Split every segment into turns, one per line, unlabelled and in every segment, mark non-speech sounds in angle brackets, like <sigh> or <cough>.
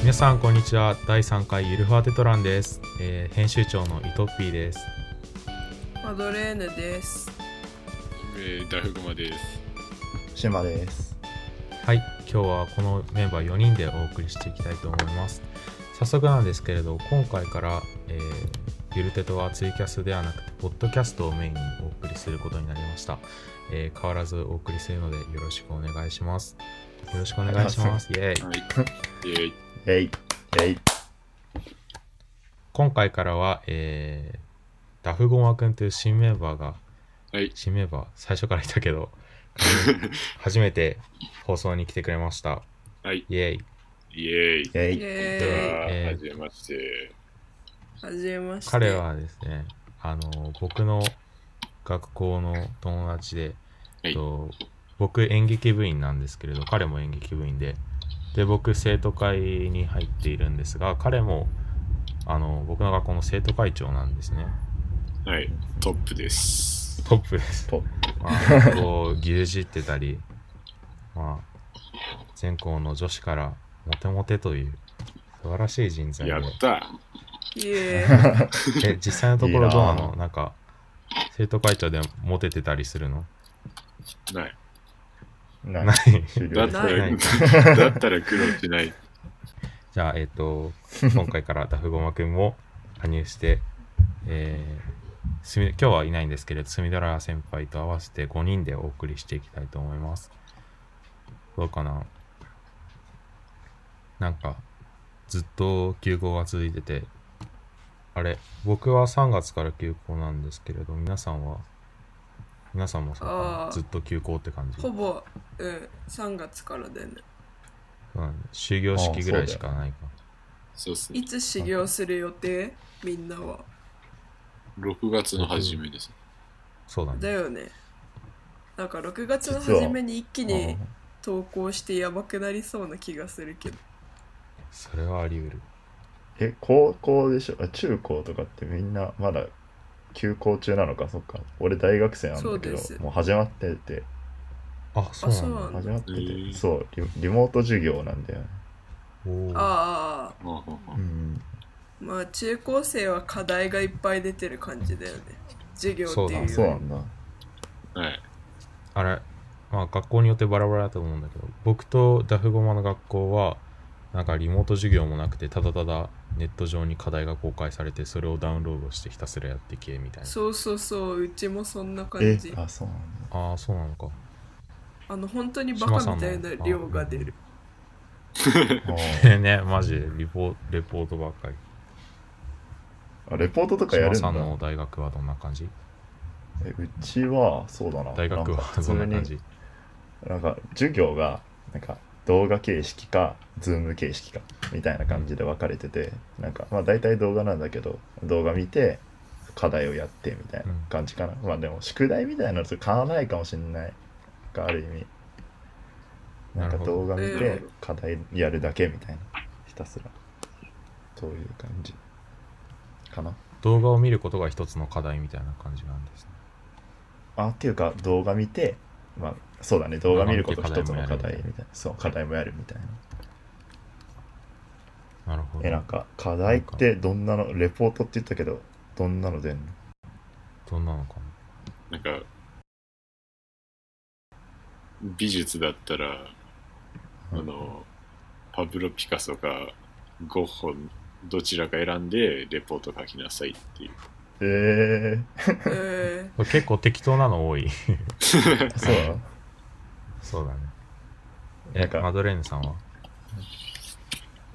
皆さんこんにちは第3回ゆるふわテトランです、えー編集長のゆとっぴーです
マドレーヌです。
えー、大福間です。
シマです。
はい今日はこのメンバー4人でお送りしていきたいと思います早速なんですけれど今回から、えーゆるテトはツイキャスではなくてポッドキャストをメインにお送りすることになりました、えー変わらずお送りするのでよろしくお願いしますよろしくお願いしますイエーイ
はい。えー、
えい、えい。
今回からは、えーダフゴマくんという新メンバーが
はい。
新メンバー最初からいたけ
<laughs>
ど初めて放送に来てくれました
はい。
イエーイ
イエーイ。
え
イ
い。
じ
エ
ゃあ、
えー
はじめまして。
ーイ。はじめまして。
彼。はですねあの僕の学校の友達で、
はい
と僕演劇部員なんですけれど彼も演劇部員でで僕生徒会に入っているんですが彼もあの僕の学校の生徒会長なんですね
はい。トップです。
トップです
トップ
まあ、こう牛耳ってたり、まあ、全校の女子からモテモテという素晴らしい人材で
やった。
イエーイ。
え実際のところどうない
い
の
な
なんか生徒会長でモテてたりするの
ない。
な
ない
終
だ
了
っ
です
た
な
ら、
い
<laughs> だったら苦労しない。
じゃあえっ、
<laughs>
と今回からダフゴマくんも加入して、えーすみ今日はいないんですけれど隅田川先輩と合わせて5人でお送りしていきたいと思いますどうかななんかずっと休校が続いててあれ僕は3月から休校なんですけれど皆さんは皆さんもそうか
あ
な
ー
ずっと休校って感じ
ほぼ、うん、3月からだよね。
うん終業式ぐらいしかないか
そうっすね。
いつ修行する予定みんなは。
6月の初めです。
そうだね
だよね。なんか6月の初めに一気に投稿してやばくなりそうな気がするけど。
それはあり得る
え、高校でしょあ中高とかってみんなまだ休校中なのか、そっか。俺大学生なんだけど
そうです、
もう始まってて、
あそうな
あそうん
だ
なの
始まって
へー
て、そうリ、リモート授業なんだよね。
おー
ああ、
あは
う
は
ん。
まあ中高生は課題がいっぱい出てる感じだよね。授業っていうより。
そうなんだ。
はい。
あれ、まあ、学校によってバラバラだと思うんだけど僕とダフゴマの学校はなんかリモート授業もなくてただただネット上に課題が公開されてそれをダウンロードしてひたすらやってけみたいな
そうそうそう、うちもそんな
え
感じ、。
あ、そうなんだ。
ああそうなのか
あの、本当にバカみたいな量が出る。
あ
<laughs>
ー
ねマジでリポレポートばっかり
あレポートとかや
島
るん
さ
だ
ん。の大学はどんな感じ
えうちは、そうだな。
大学
なんか
は
普通
どんな感
に
じ
なんか授業がなんか動画形式かズーム形式かみたいな感じで分かれててなんかまあ大体動画なんだけど動画見て課題をやってみたいな感じかな、まあでも宿題みたいなのちょっと変わらないかもしれないがある意味なん
なる
か
ほど
動画見
え
て課題やるだけみたいなひたすらそういう感じかな
動画を見ることが一つの課題みたいな感じなんですね
あっていうか動画見てまあそうだね動画見ること一つの課題みたいなそう課題もやるみたいな
なるほど
えなんか課題ってどんなのレポートって言ったけどどんなの出んの
どんなのかな
なんか、美術だったら、あの、パブロ・ピカソかゴッホ、どちらか選んで、レポート書きなさいっていう。
え
え
これ結構適当なの多い
ー、そうなの
そうだね
な
え
んか
マドレーヌさんは
ー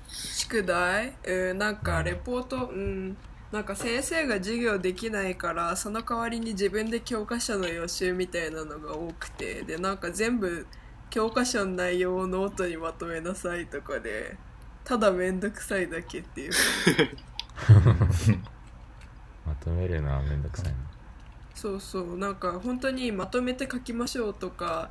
宿題、えーなんかレポート、うん、なんか先生が授業できないから、その代わりに自分で教科書の予習みたいなのが多くて、で、なんか全部教科書の内容をノートにまとめなさいとかで、ただめんどくさいだけっていう。
まとめるのはめんどくさいな
そうそう、なんか本当にまとめて書きましょうとか、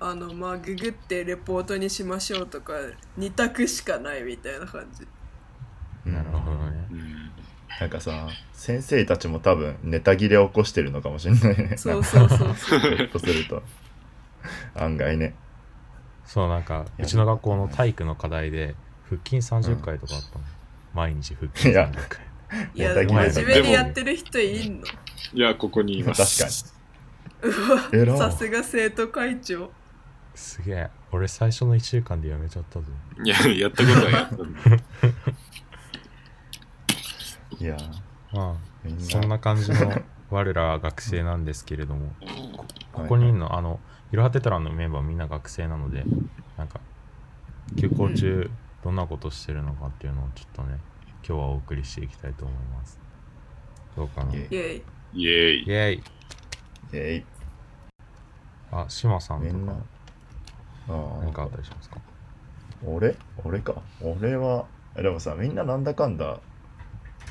あの、まあ、ググってレポートにしましょうとか、2択しかないみたいな感じ。
<laughs> なるほどね。
うん。
なんかさ先生たちも多分ネタ切れ起こしてるのかもしれないね
そうそうそうそう。
ひょっとすると案外ね
そう、なんか、うちの学校の体育の課題で、腹筋30回とかあったの、毎日腹
い
筋
や
30回
いや、
ネタ
切れ
真面目にやってる人いんの
いや、ここにいます。
確
うわ
偉い
さすが生徒会長。
すげえ俺最初の1週間でやめちゃったぞ
いや、やったことはやったん
<laughs>
だ。
いや
ま
みん
あ
な
そんな感じの我らは学生なんですけれどもここにいるのあのいろはテトラのメンバーみんな学生なのでなんか休校中どんなことしてるのかっていうのをちょっとね今日はお送りしていきたいと思いますどうかな
イ
イエ
エ
イェイ。
イエーイ。
ーイ
えい
あ志麻さん
み
と
んな
か
あー
何かあったりしますか <laughs>
俺俺か俺はでもさみんななんだかんだ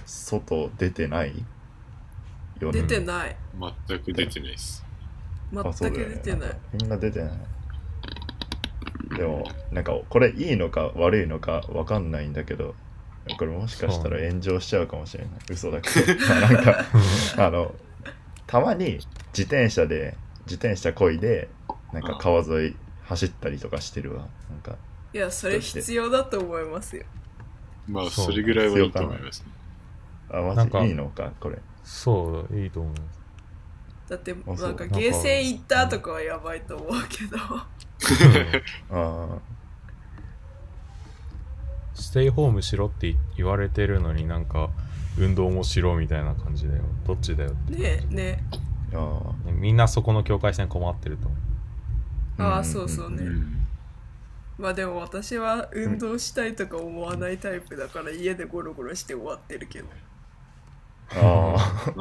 外出てないよ
出てない。
全く出てないです。
あそ
全
うだ
く
よね
出てない。
んかみんな出てないでもなんかこれいいのか悪いのかわかんないんだけどこれもしかしたら炎上しちゃうかもしれない嘘だけど <laughs> まあなんかあのたまに自転車で自転車こいでなんか川沿い走ったりとかしてるわなんか
いや、それ必要だと思いますよ。
まあ、
そう
それぐらいはいいと思います、ね。
あマ
なん
ジ
か
いいのかこれ
そういいと思います
だって、な
あそうん
かゲーセン行ったとかはやばいと思うけど。 <laughs>
あ
ステイホームしろって言われてるのになんか運動もしろみたいな感じだよどっちだよって
ねえ、ね
ーあ
ねみんなそこの境界線困ってると思う
え。
ー
ああ、そうそう
う
ね。
ん。
まあでも私は運動したいとか思わないタイプだから家でゴロゴロして終わってるけど。
あ
あ
ー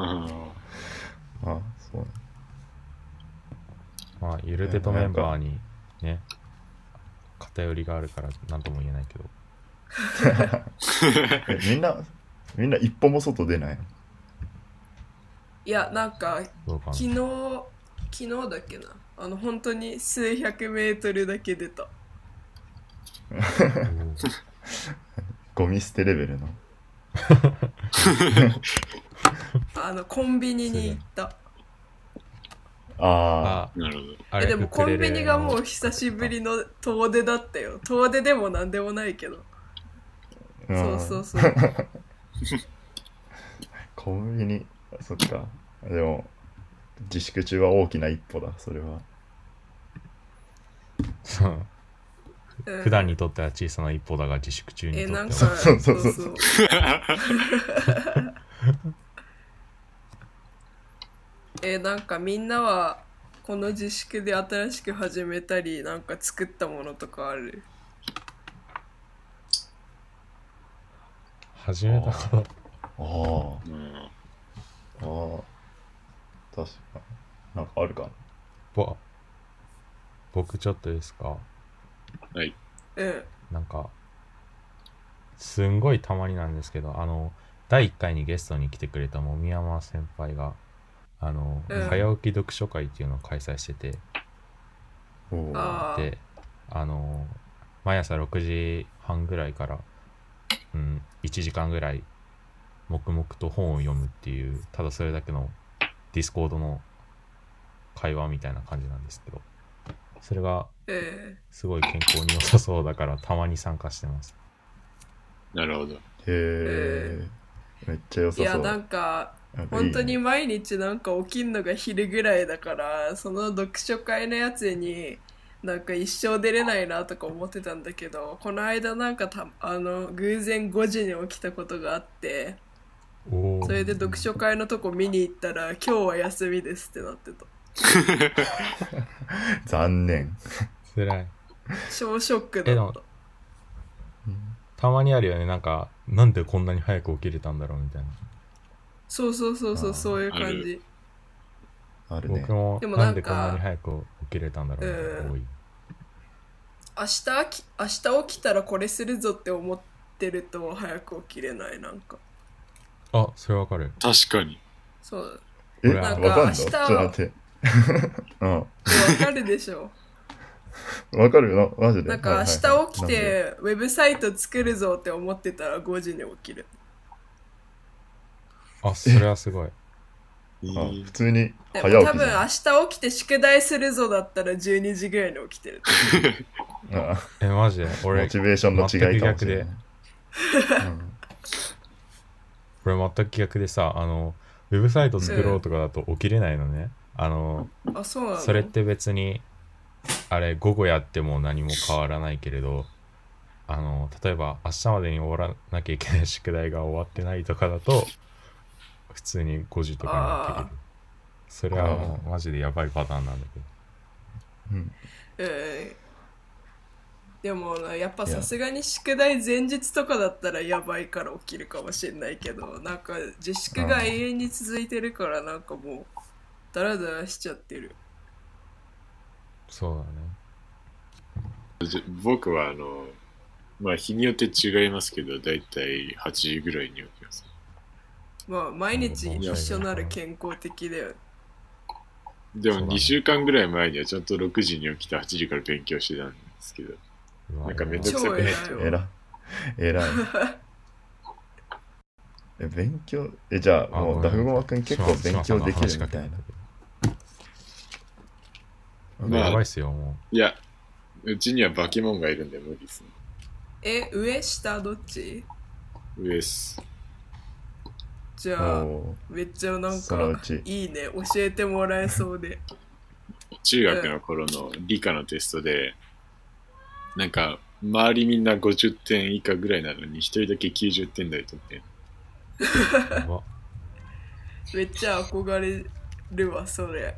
あそう
まあゆるてとメンバーにね偏りがあるから何とも言えないけど
えみんなみんな一歩も外出ない
いや、なんか
どうか
昨
な
日、昨日だっけな。あの、本当に数百メートルだけ出た。
おー
ゴミ捨てレベルの
あの、コンビニに行った。
あ
あ
あ、なるほど。
あ
え
れ
でもコンビニが
ウ
もう
クレレの
久しぶりの遠出だったよ遠出でもなんでもないけど、
あん
そうそ
<laughs>
うそう
コンビニそっかでも自粛中は大きな一歩だそれは
そう
うん
普段にとっては小さな一歩だが自粛中にと
え
って
なんか
は
そうそうそ
<laughs>
う
そうえなんかみんなはこの自粛で新しく始めたりなんか作ったものとかある
始めたから
ああ
うん
ああ確かになんかあるか
ぼ僕ちょっといいですか
はい。
うん
なんかすんごいたまになんですけどあの第1回にゲストに来てくれたもみやま先輩があの、
うん
早起き読書会っていうのを開催してて
おお
ああ
であの毎朝6時半ぐらいから、うん、1時間ぐらい黙々と本を読むっていうただそれだけのディスコードの会話みたいな感じなんですけどそれが
え
すごい健康に良さそうだからたまに参加してます
なるほど。
へえめっちゃ良
えい
さ
や
そう
なんか
なんかいい
本
ね
当に毎日なんか起きんのが昼ぐらいだからその読書会のやつになんか一生出れないなとか思ってたんだけどこの間なんかたあの偶然5時に起きたことがあって
お
それで読書会のとこ見に行ったら「今日は休みです」ってなってた
残念
つらい
超ショックだ
えで
っ
も
た
たまにあるよねなんかなんでこんなに早く起きれたんだろうみたいな、
そうそうそうそ
あー
うそういう感じ
あるね
僕も
でも
な
なんん
でこ
か
んなに早く起きれたんだろうみたいな多い
明日き明日起きたらこれするぞって思ってると早く起きれないなんか
あそれわかる
確かに。
そう
え
な
わ
ん
か
か
んの
明日
ちょっと待って <laughs> う
わかるでしょ
んわかるよなマジで
なんか明日起きてウェブサイト作るぞって思ってたら5時に起きる。
あそれはすごい
え
はいはい
ー
なんであ普通に
で
早
も
起
多
き
分
じゃ
明
ん
日起きて宿題するぞだったら12時ぐらいに起きてる。
う
え、マジで
ん、
俺
モチ、ベーションの違いかもしれない。
俺全く逆でさ、あの、ウェブサイト作ろうとかだと起きれないのね。あの、
あそうなの
それって別に、あれ、午後やっても何も変わらないけれど、あの、例えば明日までに終わらなきゃいけない宿題が終わってないとかだと、普通に5時とかに起きれる。それはもうマジでやばいパターンなんだけど。
うんうん
うんでもなやっぱ
いや
さすがに宿題前日とかだったらやばいから起きるかもしれないけどなんか自粛が永遠に続いてるからなんかもうダラダラしちゃってる
そうだね。
じ僕はあの、まあ日によって違いますけど、だいたい8時ぐらいに起きます。
まあ毎日
うん
一緒なる健康的だよね
で
そう
も
だね
2週間ぐらい前にはちゃんと6時に起きて8時から勉強してたんですけど、
うわ
なんかめんどく
超
さく
偉いわ
なっちゃう。
えら、
<laughs>
えらい。え、勉強、え、じゃあ、
あご
もう、
め
ダ
ん
フゴマくん結構勉強できるみた
な
いな。
ま
んかやばいっすよ、も
いや、うちにはバケモンがいるんで無理ですね。
え上下どっち
上です。
じ
お
ゃあ
ー
めっちゃなん
そのう
か
ち
いいね教えてもらえそう
<laughs>
で
中学の頃の理科のテストで、なんか、周りみんな50点以下ぐらいなのに、一人だけ90点台取って、
う。やば
めっちゃ憧れるわそれ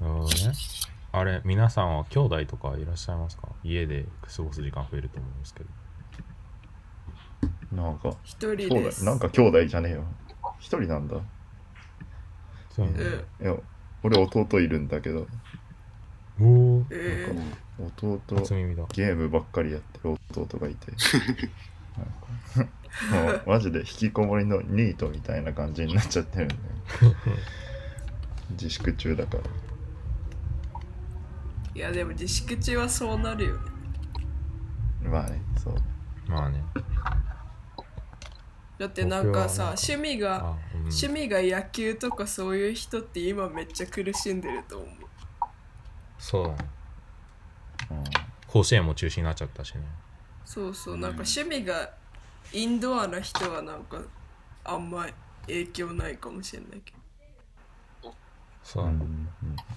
なるほどね。あれ、皆さんは兄弟とかいらっしゃいますか家で過ごす時間増えると思うんですけど。
なんか、
一人
兄
です
弟、なんか兄弟じゃねえよ。一人なんだ。
そう
う
ね。
ん
いや、俺弟いるんだけど、
おー、
えー
弟、
初耳だ。
ゲームばっかりやってる弟がいてなんかもう <laughs> マジで引きこもりのニートみたいな感じになっちゃってるんだよ自粛中だから
いやでも自粛中はそうなるよね
まあねそう
まあね。
だってなんかさ
僕
趣味が
あ、うん。
趣味が野球とかそういう人って今めっちゃ苦しんでると思う
そうだね。
うん
甲子園も中止になっちゃったしね。
そうそうなんか趣味がインドアな人はなんかあんま影響ないかもしれないけど
そう
う
だね。
ん
なんか、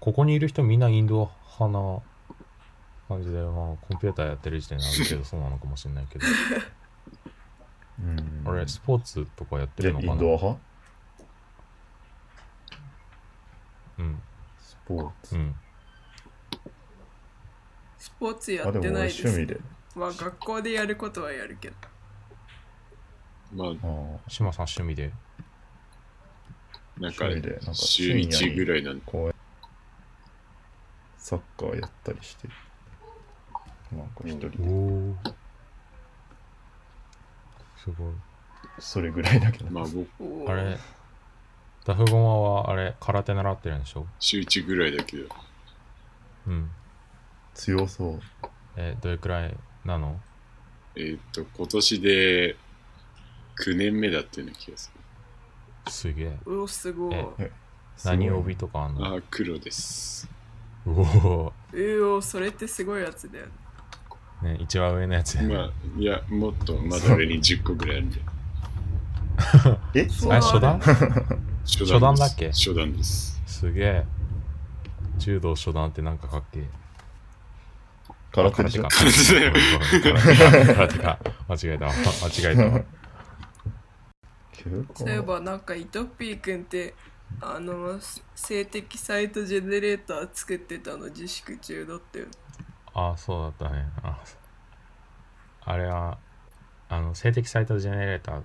ここにいる人みんなインド派な感じで、まあ、コンピューターやってる時点である程度そうなのかもしれないけ <laughs> ど。
うん
あれ、スポーツとかやって
で
る
イ
の
ン
かな
ドア派
うん。
スポーツ
うん。
スポーツや
あ
っ
でも
て
俺
ないです
趣味で
まあ学校でやることはやるけど
まあ、
あ
島さん趣味で。
なんか
趣味でなんか、
週1ぐらいなんで、
公園サッカーやったりしてなんか一人で
おすごい。
それぐらいだけど、
まあ僕、
おー
あれ、ダフゴマはあれ、空手習ってるんでしょ
週1ぐらいだけど、
うん。
強そう
え、どれくらいなの
えーっと、今年で9年目だったような気がす
すげえ。
うおすごい
え
すごい
何帯とかあん
る。
の
ああ、黒です。
うお
うおそれってすごいやつだよね
ーね、一番上のやつ。
まあ、いや、もっと、まだ上に10個ぐらいあるんで。
え
そう
あれ、初段
初
段
です
だっけ
初段です。
すげえ。柔道初段ってなんかかっけえ。
空手でしょ
か。
空手だよ
空手か。間違えた。間違えた
<laughs>
わ。
休校
そういえばなんかイトピーくんってあの性的サイトジェネレーター作ってたの自粛中だったよ
あそうだったねああれはあの性的サイトジェネレーターっ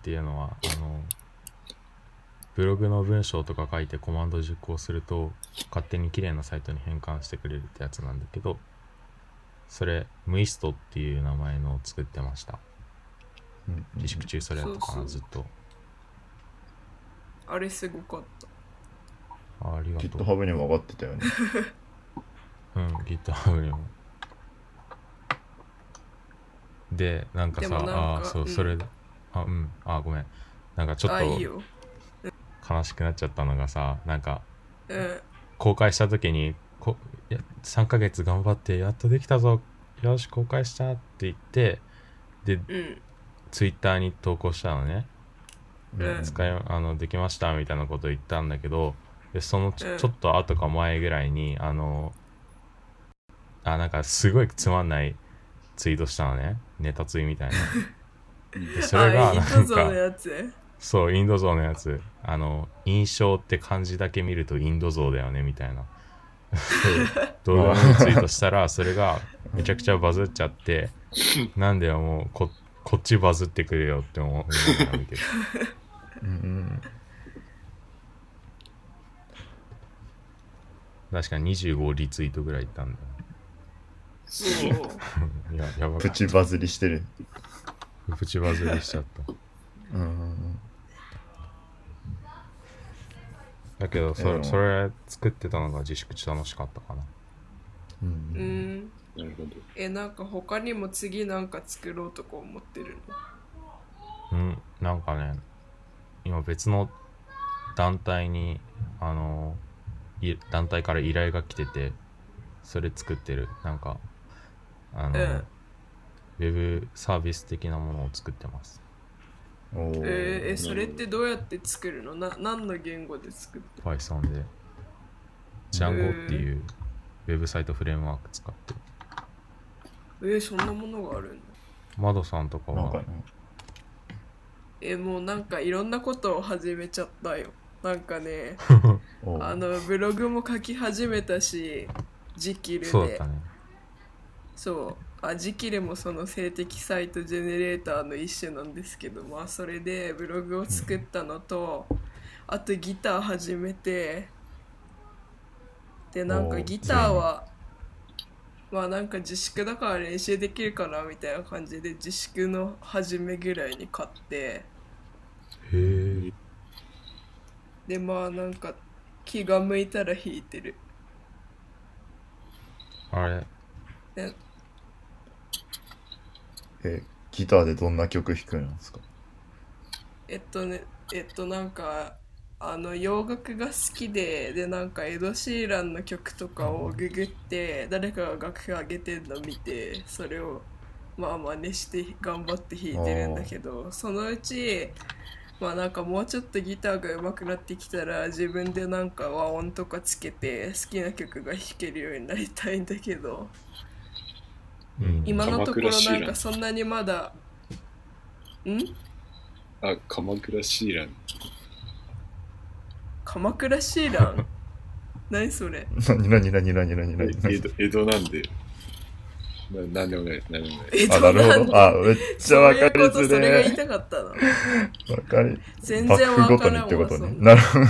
ていうのはあのブログの文章とか書いてコマンド実行すると勝手に綺麗なサイトに変換してくれるってやつなんだけどそれムイストっていう名前のを作ってました
うんうん
自粛中それやったか
そう
な
そう
ずっと
あれすごかった
あありがとう
GitHub にも上がってたよね。
うん GitHub にもでなんか
で
さ
もなんか
あーそう、
うん
それあうんあごめんなんかちょっ
あいい
と
よ
悲しくなっちゃったのがさなんか
うん
公開した時にこいや3ヶ月頑張ってやっとできたぞよし公開したって言ってで
うん
ツイッターに投稿したのね
うん
使いあのできましたみたいなことを言ったんだけどでそのち
う
ょ
ん
ちょっと後か前ぐらいにあのあなんかすごいつまんないツイートしたのねネタツイみ
<laughs>
たいなでそれ
あ
が
イン
な
ド
ん
ゾの
か <laughs>
やつ
そうインド像のやつあの印象って漢字だけ見るとインド像だよねみたいな <laughs> そう動画にツイートしたらそれがめちゃくちゃバズっちゃってなんでもうここっちバズってくれよって思うのが見てる
うん
確かに25リツイートぐらいいったんだ
そう
よいややばか
プ
っ
チバズりしてる
たプチバズりしちゃ
<laughs>
った
うん
だけどそ
うん
れそれ作ってたのが自粛中楽しかったかな
う
うんん
なるほど。
えなんか他にも次なんか作ろうとか思ってるの
うんなんかね今別の団体にあのい団体から依頼が来ててそれ作ってるなんかあの、
うん
ウェブサービス的なものを作ってます
え
おー
ーえ
なるほど
それってどうやって作るのな何の言語で作って
Python で Django っていうウェブサイトフレームワーク使って
えーそんなものがあるんだ
マドさんとか
なんか
は
えーもうなんかいろんなことを始めちゃったよなんかね
お
あ
ー
のブログも書き始めたしジキルで
そうだったね
そうあジキルもその性的サイトジェネレーターの一種なんですけどまあそれでブログを作ったのと、あとギター始めてでなんか
お
ギターはまあなんか自粛だから練習できるかなみたいな感じで自粛の初めぐらいに買って
へえ
でまあなんか気が向いたら弾いてる
あれ
で
えギターでどんな曲弾くんですか
えっとねえっとなんかあの洋楽が好きででなんかエド・シーランの曲とかをググって誰かが楽譜上げてるの見てそれをまあ真似して頑張って弾いてるんだけどそのうちまあなんかもうちょっとギターが上手くなってきたら自分でなんか和音とかつけて好きな曲が弾けるようになりたいんだけど
うん
今のところ
鎌倉シ
な
ー
ん
ラ
か
ン
そんなにまだん
あ、鎌倉シーラン。
鎌倉シーラ
<laughs>
ン何それ
何何何何何
え
何
江戸江戸なんで。ななんでもない、なんでもない。
えっ
あ
と、
なる
な
ほ
んで
どあめっちゃ
そう
分
いう
かり
こと、そ
づ
れが言い
れ
たかったの。
え分かり
全
幕
然
府
わ
ご
か
と
ら
に
ん
ってこと
わそん
ね
な
なるほど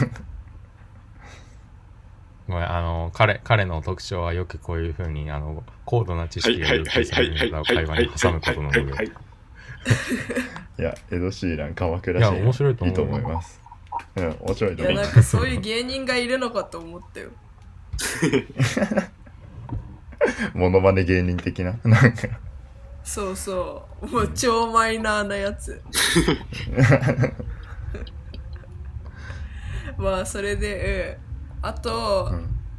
ごめんあの彼彼の特徴はよくこういうふうにあの高度な知識が要求されるネタを会話に挟むことなの
はいはいはいはいはいは
で
いはい
いや、エド・シーラン、鎌倉
い
シ
や
ーラン。
面白いと思う
いいます。うん、面白い
い
と思
や、
いま
なん
す。
かそういう芸人がいるのかと思ったよ。
モノマネ芸人的な。なんか、
そうそう。もう超マイナーなや
<laughs>
つ。まあ、それで、うん。あと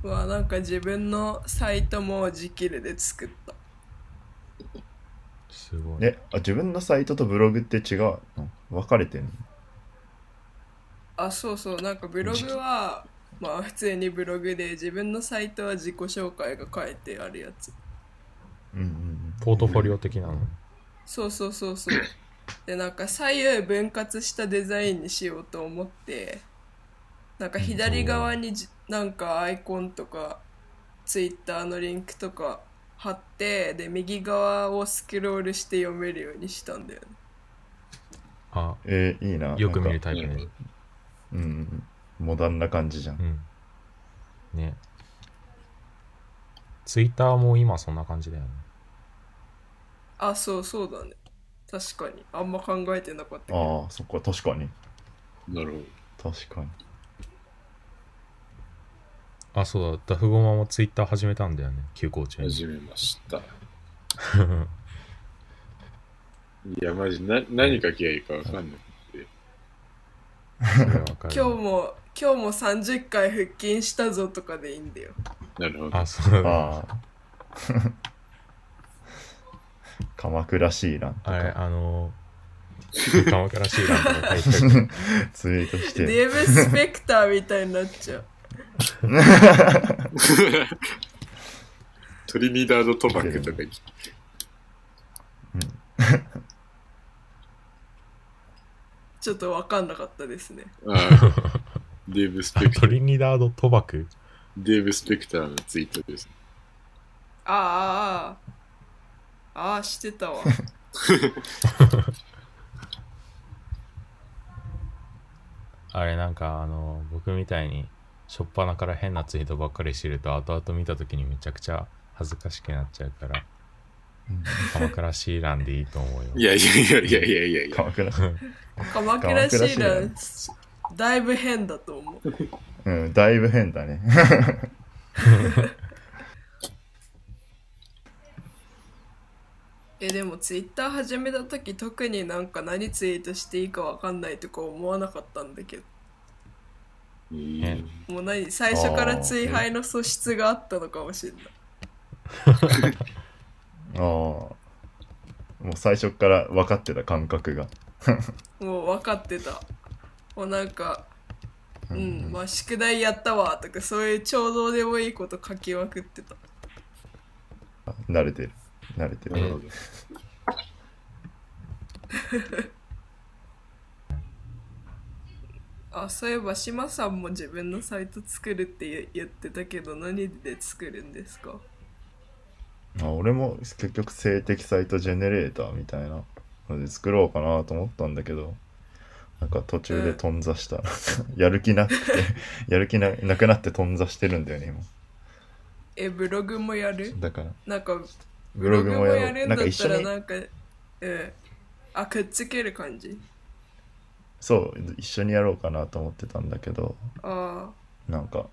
う、ん。
まあ、なんか自分のサイトもジキルで作った。
すごい
え、あ自分のサイトとブログって違うの分かれてんの
あ、そうそう。なんかブログは、まあ、普通にブログで、自分のサイトは自己紹介が書いてあるやつ。
うんうん
ポートフォリオ的なの
そうそうそうそうでなんか左右分割したデザインにしようと思ってなんか左側にじなんかアイコンとかツイッターのリンクとか貼ってで右側をスクロールして読めるようにしたんだよね
あ
えーいいな。
よく見るタ
た。
イプね
うんうん。モダンな感じじゃん。
うんねツイッターも今そんな感じだよね
あそうそうだね確かにあんま考えてなかったけど
ああ、そっか、確かに。
なるほど。
確かに。
あそうだダフゴマもツイッター始めたんだよね休校中に
始めました。 <laughs> いや、マジ、な何書きゃいいかわかんない。
それはわかる
今日も今日も30回腹筋したぞとかでいいんだよ
なるほど。
あ、そうだ。
ああ。鎌倉シーランと
あれ、
か
あの、鎌倉シーランとか書いてある。
<laughs>
ツイートして、
デーブ・スペクターみたいになっちゃう。
<laughs> トリニダード・トバクとか行き
ちょっとわかんなかったですね。
ああデーブ・スペ
あ
クタ
ト
ー、
リニダード・トバク。
デーブ・スペクターのツイートです。
あーあーあーあーしてたわ。
あれ、なんか、あの、僕みたいに、初っ端から変なツイートばっかりしてると、後々見たときにめちゃくちゃ恥ずかしくなっちゃうから、鎌倉シーランでいいと思うよ。
いやいやいやいやいやいやいや。
鎌倉、
鎌倉シーラ
鎌
ン、だいぶ変だと思う。
うん、だいぶ変だね。 <laughs>
え、でもツイッター始めた時特になんか何ツイートしていいかわかんないとか思わなかったんだけど。
うん
もう何最初から追敗の素質があったのかもしれない。
ああ。もう最初から分かってた感覚が。
もう分かってた。もうなんか、うん、まあ宿題やったわとかそういうちょうどでもいいこと書きまくってた。
慣れてる。慣れてる。
なるほど。
あ、そういえば島さんも自分のサイト作るって言ってたけど何で作るんですか
まあ、俺も結局性的サイトジェネレーターみたいなので作ろうかなと思ったんだけどなんか途中で頓挫した、 <laughs> やる気なくて <laughs> やる気ななくなって頓挫してるんだよね
え、ブログもやる
今だから
なんか、
ブログもやろ
る
うん
だ
なん
っ
か一緒
たら
に
なんか、うん。あ、くっつける感じ
そう一緒にやろうかなと思ってたんだけど
ああ、
なんか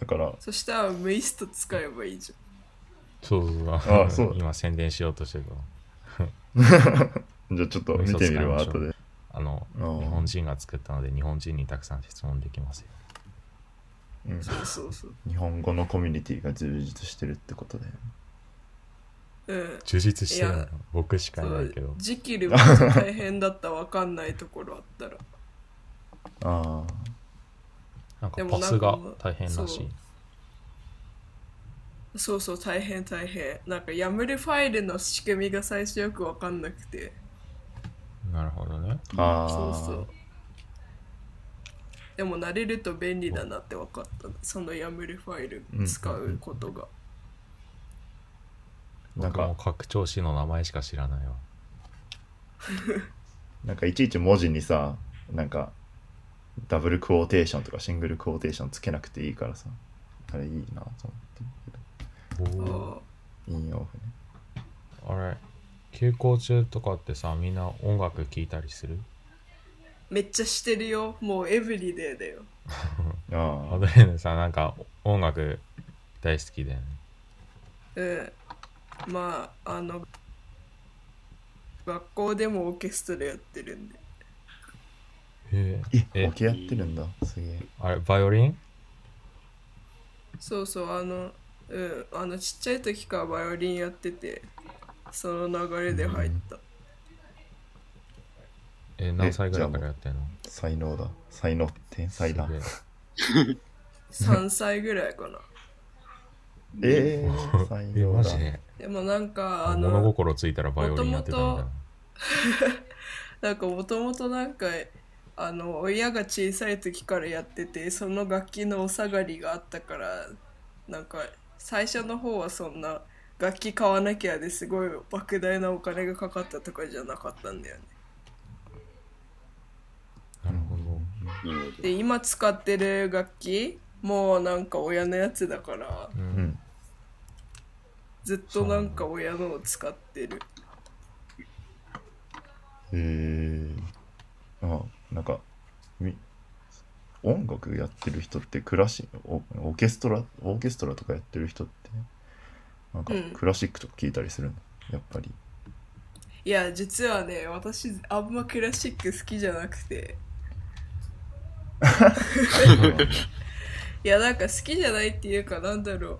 だから
そしたらムイスト使えばいいじ
そうそう
あそう
今宣伝しようとしてるの。
じゃあちょっと見てみるわ
嘘つか
後
ない
で
あの、
あー
日本人が作ったので、日本人にたくさん質問できますよ。
うん
ゃん。そうそう。
日本語のコミュニティが充実してるってことで
うん。
充実してる
い
の
や
僕しかいないけ
そう
ど。
ジキルめっちゃ大変だったわかんないところあったら
ああ
なんか
でも
パスが
なんかもう
大変らしい。
そうそう大変大変なんかやむるファイルの仕組みが最初よくわかんなくて
なるほどね。
ああ
そうそうでも慣れると便利だなって分かったそのやむるファイル使うことが、
な
僕
んか
も拡張子の名前しか知らないわ。
なんかいちいち文字にさなんかダブルクォーテーションとかシングルクォーテーションつけなくていいからさあれいいなと
お
思
ー
あー
って引用符ね
あれ、休校中とかってさ、みんな音楽聴いたりする
めっちゃしてるよもうエブリデイだよ
あ
ア
あ
ドレーヌさん、なんか音楽大好きだよね。
うんまああの学校でもオーケストラやってるんで
へ
え
え
オケやってるんだすげえ
あれ、バイオリン
そうそうあのうんあのちっちゃい時からバイオリンやっててその流れで入った、
え、何歳ぐらいからやってんの
才能だ才能天才だ
すげえ
3歳ぐらいかな
ええー、才
<laughs> え、
能
マ
だ
ジで
でもなんかあ
物
の
心ついたらバイオリンやってたみたいな。
なんかもともとなんかあの親が小さい時からやっててその楽器のお下がりがあったからなんか最初の方はそんな楽器買わなきゃですごい莫大なお金がかかったとかじゃなかったんだよね
なるほど。
な <laughs> るほど。
で今使ってる楽器もうなんか親のやつだから
う。
うんん
ずっとなんか親のを使ってる
えー、あなんかみ音楽やってる人ってクラシオオーケストラオーケストラとかやってる人ってなんか
うん
クラシックとか聞いたりするの、やっぱり
いや実はね私あんまクラシック好きじゃなくていやなんか好きじゃないっていうかなんだろ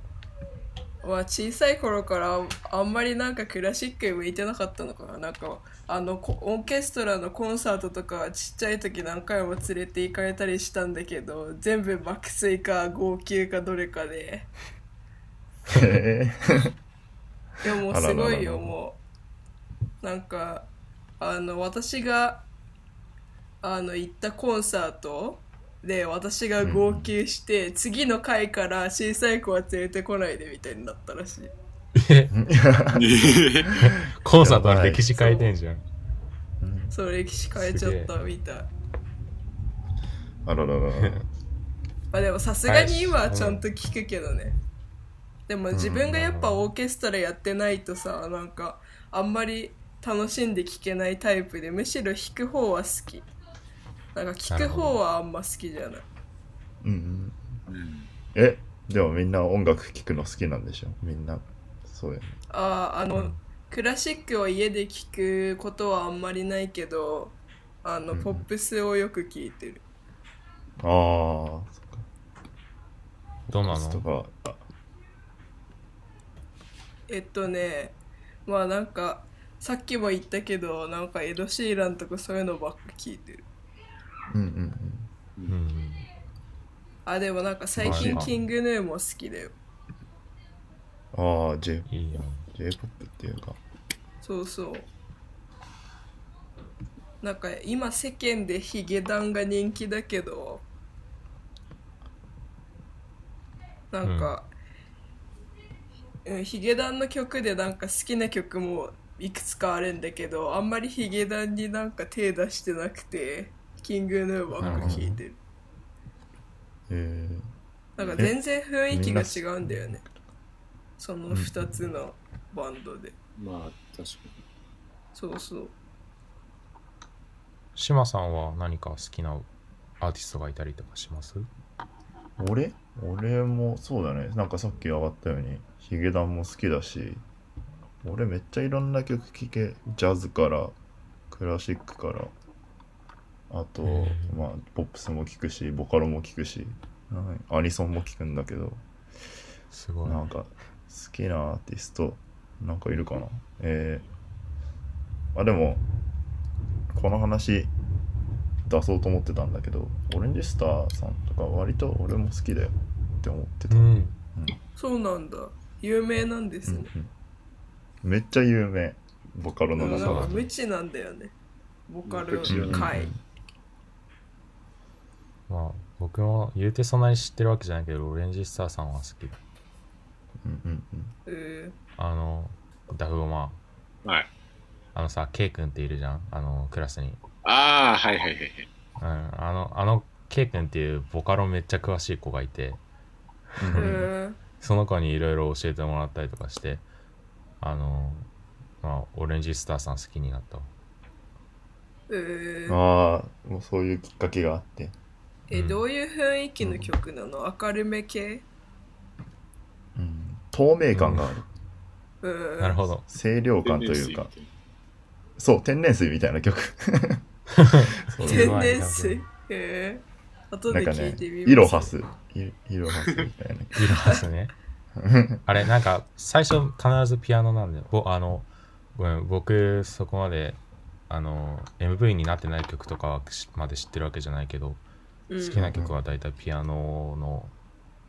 うは小さい頃からあんまりなんかクラシックに向いてなかったのかななんかあのこオーケストラのコンサートとかちっちゃい時何回も連れて行かれたりしたんだけど全部爆睡か号泣かどれかで
へ
でももうすごいよ
あらららら
もうなんかあの私があの行ったコンサートで私が号泣して、次の回から小さい子は連れてこないでみたいになったらしい
コンサートの歴史変えてんじゃん。
そう歴史変えちゃったみたい
<laughs> あらら
<laughs>
らら。
まあでもさすがに今はちゃんと聞くけどね、でも自分がやっぱオーケストラやってないとさなんかあんまり楽しんで聴けないタイプでむしろ弾く方は好きなんか聴く方はあんま好きじゃない
うんうん。
うん
え、でもみんな音楽聴くの好きなんでしょみんな。そうやね。
あーあの、
うん
クラシックを家で聴くことはあんまりないけどあの、
うん
ポップスをよく聴いてる
ああ、そっか。
どうな
と
の
か。あ
えっとねまあなんかさっきも言ったけどなんかエド・シーランとかそういうのばっか聴いてる
うんうんうん。
うん。
あでもなんか最
まあ
近
まあ
キングヌーも好きだよ
ああ、J、
いいよ。
J-POP っていうか。
そうそうなんか今世間でヒゲダンが人気だけどなんか、うん、ヒゲダンの曲でなんか好きな曲もいくつかあるんだけどあんまりヒゲダンになんか手出してなくてキングヌーばっか聴いてる
え
なんか全然雰囲気が違うんだよねその2つのバンドで
まあ、確か
そうそう
志麻さんは何か好きなアーティストがいたりとかします
ー、俺俺もそうだね。なんかさっき上がったように、ヒゲダンも好きだし、俺めっちゃいろんな曲聴け、ジャズから、クラシックから、あと、
うん
まあ、ポップスも聴くし、ボカロも聴くし、はいアニソンも聴くんだけど、
すごい。
なんか好きなアーティストなんかいるかなえー、あでもこの話出そうと思ってたんだけどオレンジスターさんとか割と俺も好きだよって思ってた、
う
うん
ん。
そうなんだ。有名なんですね。
うんめっちゃ有名ボカ
で
ロの
もな
中
ん
だ
か
と
無知なんだよね。ボカル
無知
界。
まあ、僕も言うてそんなに知ってるわけじゃないけど、オレンジスターさんは好きだ。
うんうん
うん
あの、ダフオマ、
に。はい。
あのさ、ケイ君っているじゃんあの、クラスに。
ああ、はいはいはいはい。
うん。あの、あの、ケイ君っていうボカロめっちゃ詳しい子がいて、
うん
う
うんうん
ん
その子にいろいろ教えてもらったりとかして、あの、まあ、オレンジスターさん好きになったわ。
うん
ああもうそういうきっかけがあって
え、どういう雰囲気の曲なの明るめ系
うん透明感がある、
うん
なるほど。
清涼感というかそう天然水みたいな曲そう
天然水。えー後
な
で
んか
聞
ね
いてみ、ます。
イロハス、イイロハスみたい
<laughs>
な。
いますね。あれ、なんか、最初必ずピアノなんで、ぼあの、ごめん、僕、そこまで、あの、MV になってない曲とかはしまで知ってるわけじゃないけど、
う
好き
ん。
な曲は大体ピアノの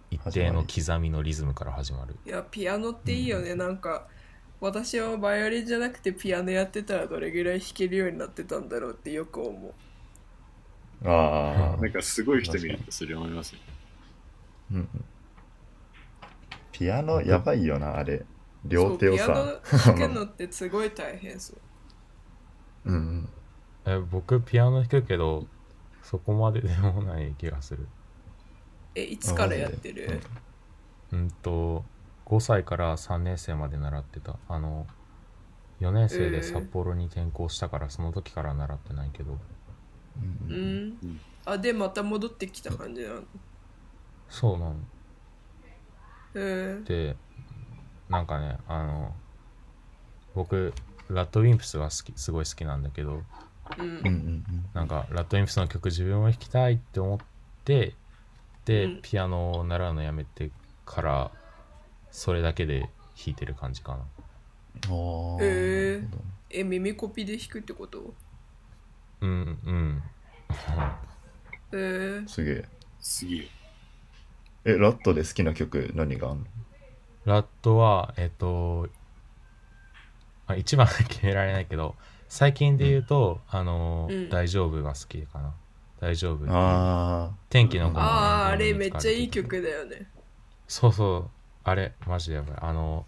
一定の刻みのリズムから始まる。
いや、ピアノっていいよね。なんか、私はバイオリンじゃなくてピアノやってたらどれぐらい弾けるようになってたんだろうってよく思う。
ああ、
なんかすごい人見るとそれ思いますよ。
うんうん。ピアノやばいよな、あれ。両手をさ。
そうピアノ弾くのってすごい大変そう。
うんうん。
え僕、ピアノ弾くけど、そこまででもない気がする。
え、いつからやってる
うんと、5歳から3年生まで習ってた。あの、4年生で札幌に転校したから、その時から習ってないけど、
うん
う
うん
ん。あ、で、また戻ってきた感じなの。
そうなの。
うん。
でなんかねあの僕ラッドウィンプスが好きすごい好きなんだけど
う。
うんん
なんかラッドウィンプスの曲自分も弾きたいって思ってで、
うん
ピアノを習うのやめてからそれだけで弾いてる感じかな
ああ
へーえ耳コピで弾くってこと
うんうん
えー、
すげえ
すげえ。
えラットで好きな曲何があんの
ラットはえっとあ一番決められないけど最近で言うと、あの、
うん
大丈夫が好きかな大丈夫
あ
天気の子の
あああ
アル
れ
バム
め
に
っ
使わ
ちゃ
れて
い
て
い曲だよね
そうそうあれマジでやばいあの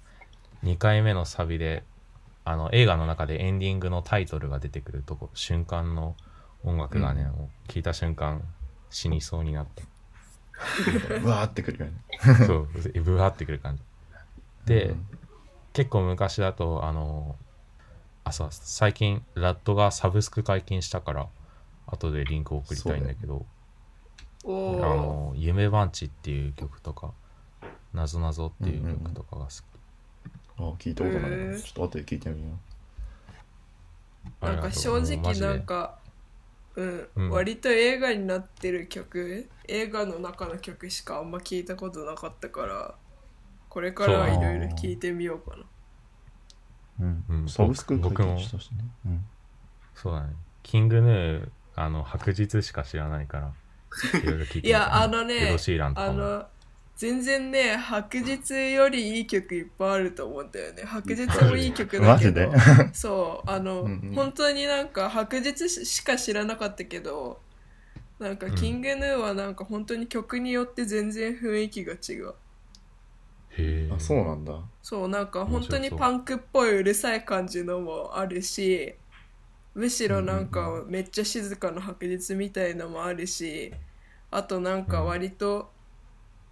2回目のサビであの映画の中でエンディングのタイトルが出てくるとこ瞬間の音楽がね、
うん
もう聞いた瞬間死にそうになっ
<laughs>
あうわーってくるよね
たそうブワーってくる感じで、
うん
結構昔だとあのあそう最近ラットがサブスク解禁したから後でリンク送りたいんだけど
お
あ
お
の「夢番地」っていう曲とか「なぞなぞ」っていう曲とかが好き、
あー聞いたことないな、
へー
ちょっと後で聞いてみよ
あ
な
りが
ん
とう
か正直
もうマジで
なんかうん、
うん
割と映画になってる曲映画の中の曲しかあんま聞いたことなかったからこれからはいろいろ聞いてみようかな
う、
うん
サブスク
僕
解禁
も
したしね、うん、
そうだね。キングヌー、あの、白日しか知らないから、いろいろ聞いてみた
<laughs> いやあのね
エド・シーランと
あ
かも。
の全然ね白日よりいい曲いっぱいあると思うんだよね白日もいい曲だ
マ
け
ジ
ど
で
そうあの、
うんうん
本当になんか白日しか知らなかったけどなんか
うん
キングヌーはなんか本当に曲によって全然雰囲気が違う
へー
あそうなんだ
そうなんか本
面白
当に
そう
パンクっぽいうるさい感じのもあるしむしろなん
うん
かめっちゃ静かな白日みたいのもあるしあとなんか割と、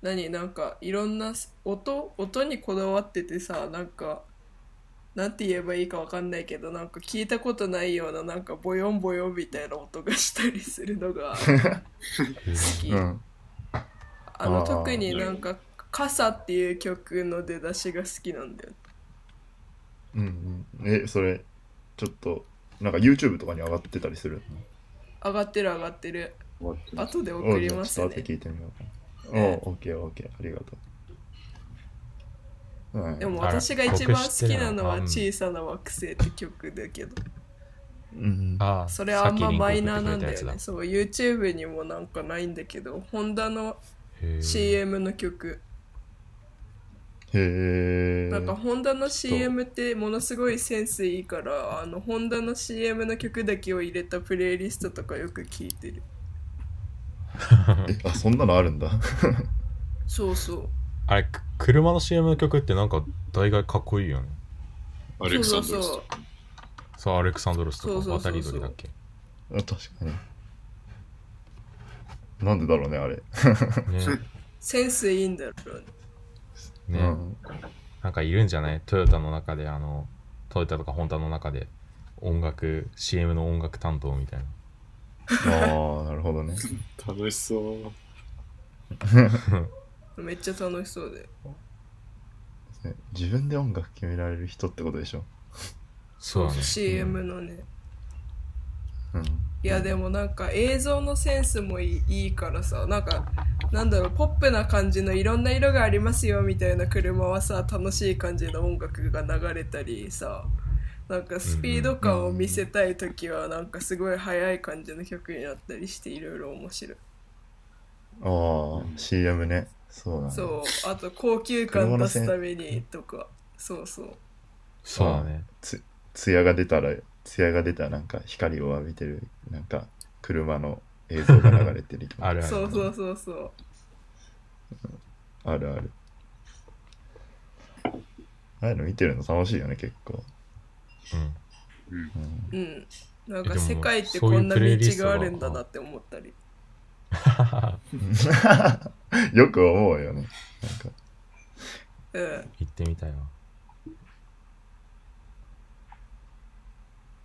何なんかいろんな音音にこだわっててさなんかなんて言えばいいかわかんないけどなんか聞いたことないようななんかボヨンボヨンみたいな音がしたりするの
<laughs>
へ
が
ー
好き。
うん
あの
あー
特になんか「傘」っていう曲の出だしが好きなんだよ
うんうんえそれちょっとなんか YouTube とかに上がってたりする
上がってる上がってる
終わってます
後で
の
送ります
おうじゃ
ね
あちょっと後で聞いてみようかな、
ね
おう OKOK ありがとう、うん、
でも
あら
私が一番
僕知って
好
る
き
な
なのは
うん
「小さな惑星」って曲だけど
うん
あ
それはあんまマイナーなんだ
さ
よ
っきリンク送
ね
って
そう YouTube にもなんかないんだけどホンダの
くれたやつだへー
CM の曲
へえ
なんかホンダの CM ってものすごいセンスいいからあのホンダの CM の曲だけを入れたプレイリストとかよく聞いてる
えあそんなのあるんだ <laughs>
そうそう
あれ、く車の CM の曲ってなんか大概かっこいいよね。
アレクサンドロ
そう
ス
そう
そう、アレクサンドロスと
そう
か
そうそうそ
渡
う
り鳥だっけ。
あ確かになんでだろうねあれ、
ね。 <laughs>
センスいいんだろうね
ね、
うん、
なんかいるんじゃないトヨタの中で、あの、トヨタとかホンダの中で、音楽、CM の音楽担当みたいな。
ああなるほどね
楽しそう。
めっちゃ楽しそうで
ね自分で音楽決められる人ってことでしょ、
そうだね。
CM のね、
うん、
いやでもなんか映像のセンスもいいいいからさなんかなんだろうポップな感じのいろんな色がありますよみたいな車はさ楽しい感じの音楽が流れたりさなんかスピード感を見せたい時はなんかすごい速い感じの曲になったりしていろいろ面白い
ああ CM ねそうだね
そうあと高級感出すためにとかそうそう
そうだね。
艶が出たら艶が出たなんか光を浴びてるなんか車の映像が流れて
<laughs>
るとか
あるあ
そ
る
う。そうそうそう
あるあるああいうの見てるの楽しいよね結構、
うん
うん、
うんなん
え
か
でも
世界って
そういう
こんな
プ
道
レイリスト
が
が
あるんだなって思ったり
よく思うよねなん
う
か
ん
行ってみたいわ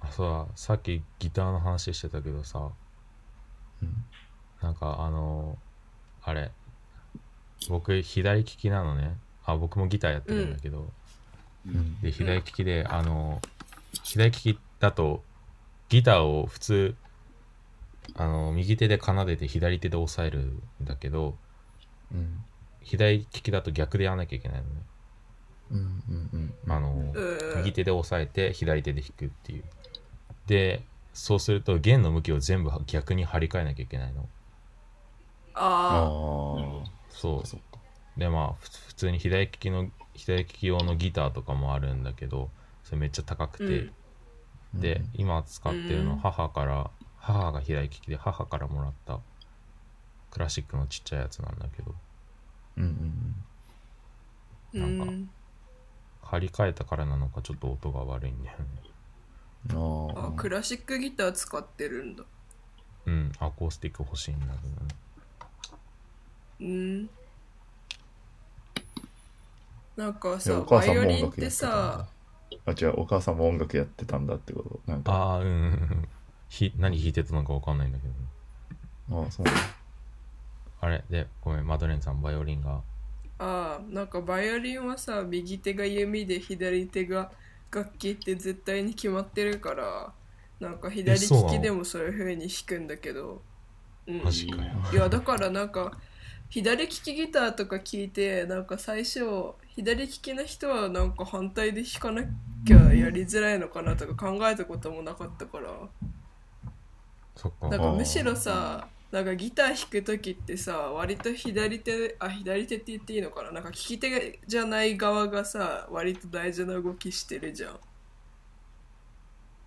あそうださっきギターの話してたけどさ
うん
なんかあのあれ僕左利きなのねあ僕もギターやってるんだけど、
うん
で左利きで、あの左利きだとギターを普通あの右手で奏でて左手で押さえるんだけど
うん
左利きだと逆でやらなきゃいけないのね
うんうんうん
あの
うん
右手で押さえて左手で弾くっていうでそうすると弦の向きを全部逆に張り替えなきゃいけないの
あ
なる
あ
ほ
そ
あ
う
そっか
でまあふつ普通に左利きの左利き用のギターとかもあるんだけどそれめっちゃ高くて、で今使ってる
う
の
ん
母から、母が左利きで母からもらったクラシックのちっちゃいやつなんだけど
うんうん
あ
なんか
うん
張り替えたからなのかちょっと音が悪いんだよね
うんあ
あ
あ
クラシックギター使ってるんだ
うんアコースティック欲しいんだけどね
うんなんか
いや
さ
お
バ
母さん
イ
も
オ
音楽
リンってて
やったんだ
さ
あ違うお母さんも音楽やってたんだってことなんかあ
ああうんうんうんひ何弾いてたのか分かんないんだけどね
あそうなんだ
あれでごめんマドレーヌさんバイオリンが
ああなんかバイオリンはさ右手が弓で左手が楽器って絶対に決まってるからなんか左
そうな
利
の
きでもそういう風に弾くんだけど、うん、
マジかよ
いやだからなんか左利きギターとか聞いてなんか最初左利きの人はなんか反対で弾かなきゃやりづらいのかなとか考えたこともなかったから
そっか
なんかむしろさなんかギター弾く時ってさ割と左手あ左手って言っていいのかななんか利き手じゃない側がさ割と大事な動きしてるじゃん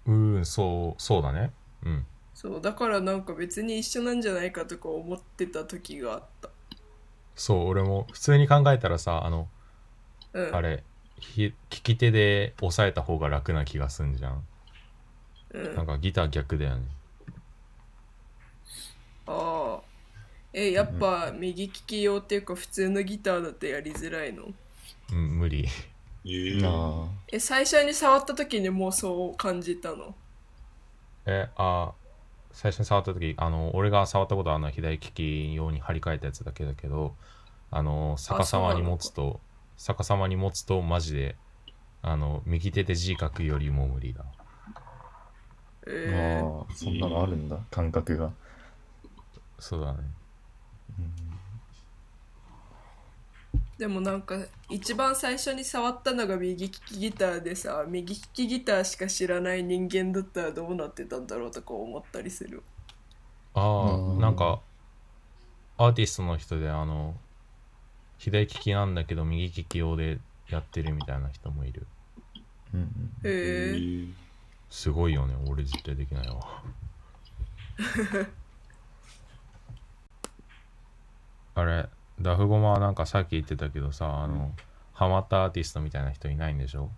うーんそうそうだねうん
そうだからなんか別に一緒なんじゃないかとか思ってた時があった
そう俺も普通に考えたらさあの
うん
あれひ利き手で押さえた方が楽な気がすんじゃん
うん
なんかギター逆だよね
ああ。え、やっぱ右利き用っていうか普通のギターだとやりづらいの
うん無理
えー
あ
え、最初に触った時にもうそう感じたの
えあ最初に触った時あの俺が触ったことはあの左利き用に張り替えたやつだけだけどあの逆さまに持つと逆さまに持つとマジであの右手で字書くよりも無理だ
あ
えー、
ああそんなのあるんだ感覚が
そうだね
でもなんか一番最初に触ったのが右利きギターでさ、右利きギターしか知らない人間だったらどうなってたんだろうとか思ったりする。
あ
う
あ
ん
なんかアーティストの人であの左利きなんだけど右利き用でやってるみたいな人もいる
うんうん
えー、
ー
すごいよね俺絶対できない <laughs> わあれダフゴマはなんかさっき言ってたけどさあの、ハマったアーティストみたいな人いないんでしょ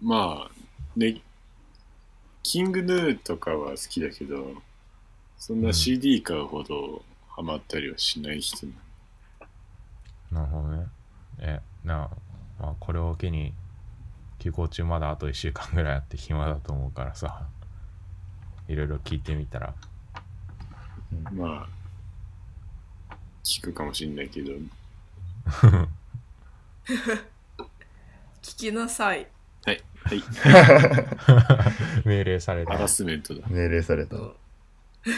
まあ、ね、キングヌーとかは好きだけど、そんな CD 買うほどハマったりはしない人
な
な
るほどねえなあ、まあ、これを機に休校中まだあと1週間ぐらいあって暇だと思うからさいろいろ聞いてみ <laughs> たら
うん
まあ、聞くかもしれないけど、
聞きなさい。
はい、はい、
命令され
ハ
た
ラスメントだ。
命令された
そう <laughs> い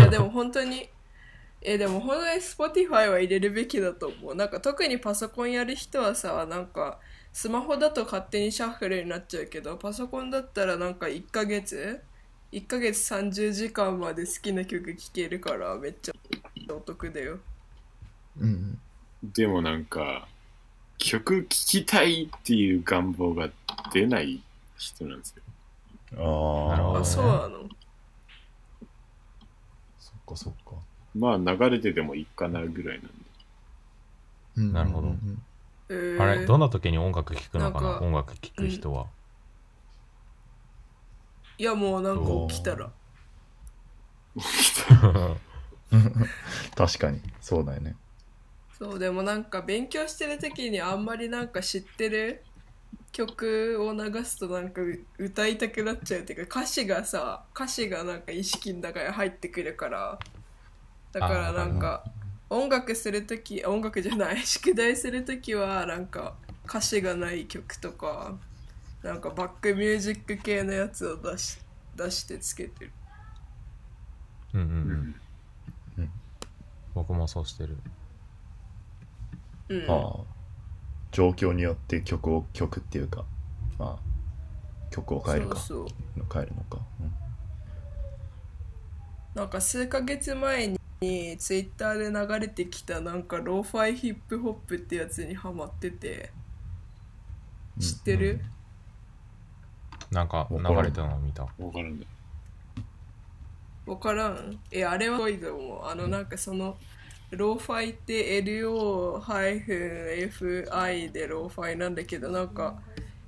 やでも本当にえでも本当に Spotify は入れるべきだと思うなんか特にパソコンやる人はさなんかスマホだと勝手にシャッフルになっちゃうけどパソコンだったらなんか1ヶ月1ヶ月30時間まで好きな曲聴けるからめっちゃお得だよ
うん
でもなんか、曲聴きたいっていう願望が出ない人なんですよ。
うんあ
な
あ
るほど
あ
ね
そうなの
そっかそっか
まあ、流れててもいいかなぐらいなん
な
で。 <laughs>
るほど
うんうん
えー
あれどんな時に音楽聴くのかな
なんか
音楽聴く人は、
いやもうなんか起きたら
<laughs> 確かにそうだよね
そうでもなんか勉強してる時にあんまりなんか知ってる曲を流すとなんかう歌いたくなっちゃうっていうか歌詞がさ歌詞がなんか意識の中に入ってくるからだからなんか音楽する時音楽じゃない <laughs> 宿題する時はなんか歌詞がない曲とかなんかバックミュージック系のやつを出し出してつけてる
うんうんう
うんん
僕もそうしてる
うん、
はあ状況によって曲を曲っていうかまあ曲を変えるか
そうそう
変えるのか、うん
なんか数ヶ月前にツイッターで流れてきたなんかローファイヒップホップってやつにハマってて知ってる、
なんか流れたのを見た。 <laughs>
わからんない。
わからんえあれはすごいと思うあのなんかそのローファイって LO-FI でローファイなんだけどなんか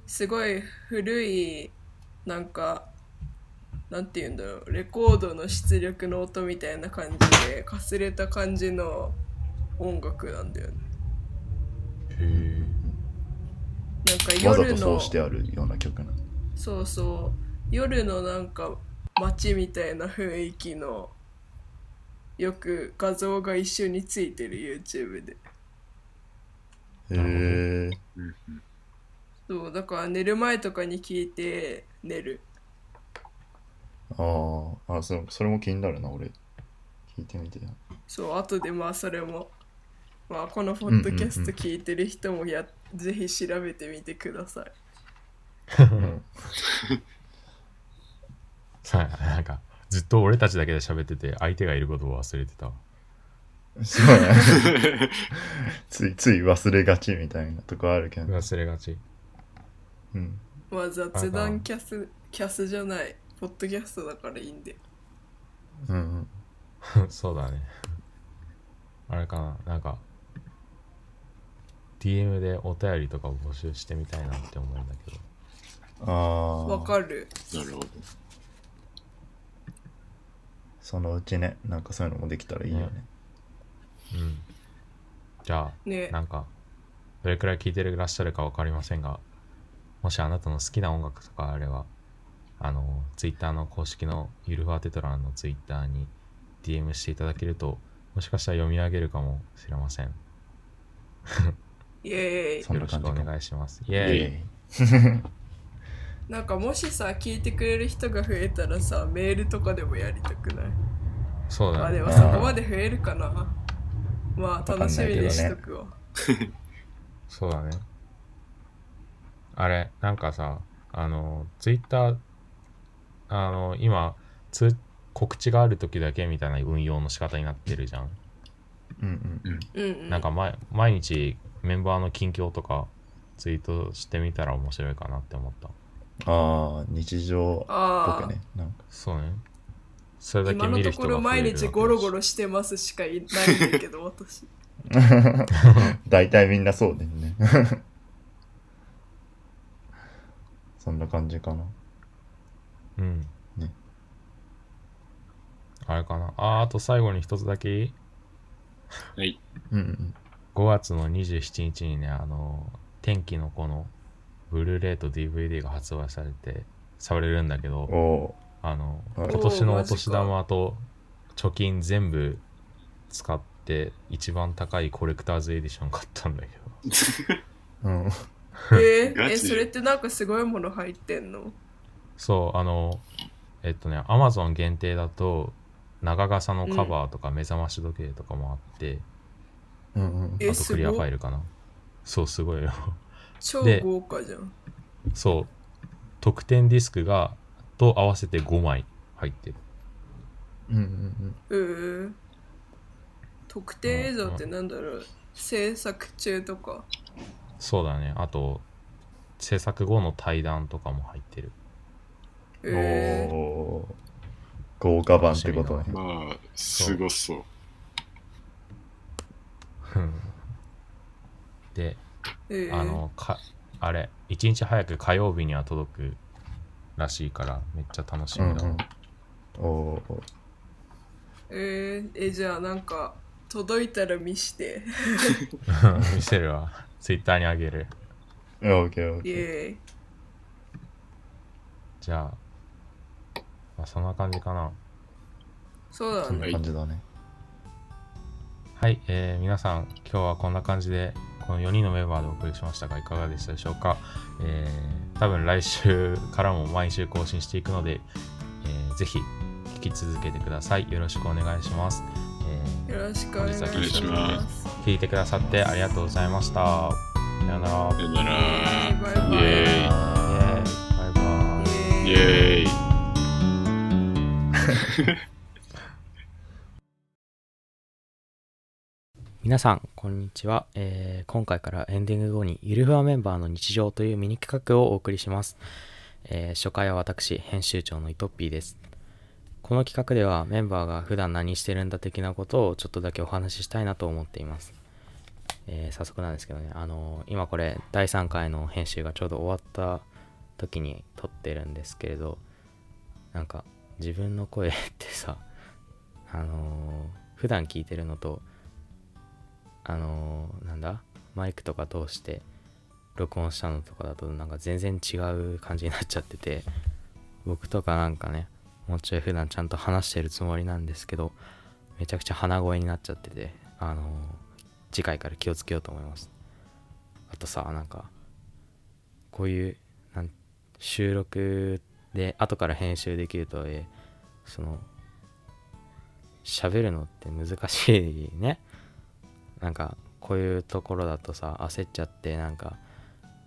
すごい古いなんかなんて言うんだろうレコードの出力の音みたいな感じでかすれた感じの音楽なんだよね
へ
なんか
わざ
夜
と
の
そうしてあるような曲なの
そうそう夜のなんか街みたいな雰囲気のよく画像が一緒についてる YouTube で
へえ
うんうん
そうだから寝る前とかに聞いて寝る
あーあそれそれも気になるな俺聞いてみてよ
そう後でまあそれもまあこのポッドキャスト聞いてる人もや、ぜひ調べてみてください
はいなんかずっと俺たちだけで喋ってて相手がいることを忘れてた。
そうね <laughs> ついつい忘れがちみたいなとこあるけど、
忘れがち。 <laughs>
うん、
まあ雑談キャスキャスじゃないポッドキャストだからいいんで
うんうん
そうだね。あれかななんか DM でお便りとかを募集してみたいなって思うんだけど。
ああ
わかる
なるほど。
そのうちねなんかそういうのもできたらいいよね
うん。じゃあ
ね
なんか、どれくらい聴いてらっしゃるか分かりませんが、もしあなたの好きな音楽とかあれば、あの、ツイッターの公式のゆるふわテトラのツイッターに DM していただけると、もしかしたら読み上げるかもしれません。よ
イエーイ
そんな
ろし
感
く
じ
お
か
願いします。イ
イ
エー
エ
イ。
なんかもしさ聞いてくれる人が増えたらさメールとかでもやりたくない
そう
ま
だ
あ
ね
で。もそこまで増えるかなまあ
わか
楽
ん
し
ない
み
けどね
にしとくわ、
そうだね。あれ、なんかさ、あの、ツイッター、あの、今、通告知がある時だけみたいな運用の仕方になってるじゃん。
うんうん
うんうん
なんか毎毎日メンバーの近況とかツイートしてみたら面白いかなって思った。
ああ日常っ
あ
ぽ
あ、
くねなんか
そうね。それだけ
今の
見る
と
人
こ
が
ろ
増え
毎
るわけだし
日ゴロゴロしてますしかいないんだ
<laughs>
けど私
大体みんなそうだよね <laughs> そんな感じかな
うん。
ね
あれかな。あー、あと最後に一つだけいい
はい。
うんうん
5月の27日にね、あの、天気の子のブルーレイと DVD が発売されて、されるんだけど、
お
あの、
はい
今年の
お
お
ーマジか
年玉と貯金全部使って、一番高いコレクターズエディション買ったんだけど。
おうん
えー
ガチ
えそれってなんかすごいもの入ってんの
そう、あの、えっとね、アマゾン限定だと、長傘のカバーとか目覚まし時計とかもあって、
うんうん
え
あとクリアフ
すご
ァイルかな。そう、すごいよ。
超
で
豪華じゃん
そう、特典ディスクが、と合わせて5枚入ってる。
うんうん
うー特定映像ってなんだろう制作中とか
そうだね。あと、制作後の対談とかも入っ
<laughs>
てる。
う
うんえー
おー豪華版ってことね
まあ、すごそう。
で、
えー
あの、か、あれ、1日早く火曜日には届くらしいから、めっちゃ楽し
うん
み
う
だ
ん
な。
おー
えーえじゃあなんか届いたら見して
見せるわ。 <laughs> ツイッターにあげる。
いやオッケーオッ
イ
ケー
エーイ
じゃあ、まあ、そんな感じかな。
そうだ
そん
ね
な感じだね
はい、えー皆さん、今日はこんな感じで、この4人のメンバーでお送りしましたが、いかがでしたでしょうか。えー多分来週からも毎週更新していくので、えーぜひ、聞き続けてください。よろしくお願いします。え
よろしくお願いし
本日は
お願い
ま
します
ー聞いてくださってありがとうございました。
あさよなら。
さよな
イ
ら。イ
エ
エ
ー
ー
イ
예.
イ。
バイバイ。
イエーイ。
皆さん、こんにちは、えー今回からエンディング後にゆるふわメンバーの日常というミニ企画をお送りします。えー初回は私、編集長のイトッピーです。この企画ではメンバーが普段何してるんだ的なことをちょっとだけお話ししたいなと思っています。えー早速なんですけどね、あのー今これ第3回の編集がちょうど終わった時に撮ってるんですけれど、なんか自分の声ってさ、あのー普段聞いてるのとあのーなんだマイクとか通して録音したのとかだとなんか全然違う感じになっちゃってて僕とかなんかねもうちょい普段ちゃんと話してるつもりなんですけどめちゃくちゃ鼻声になっちゃっててあのー次回から気をつけようと思いますあとさなんかこういうなん収録で後から編集できるとはいえその喋るのって難しいねなんかこういうところだとさ焦っちゃってなんか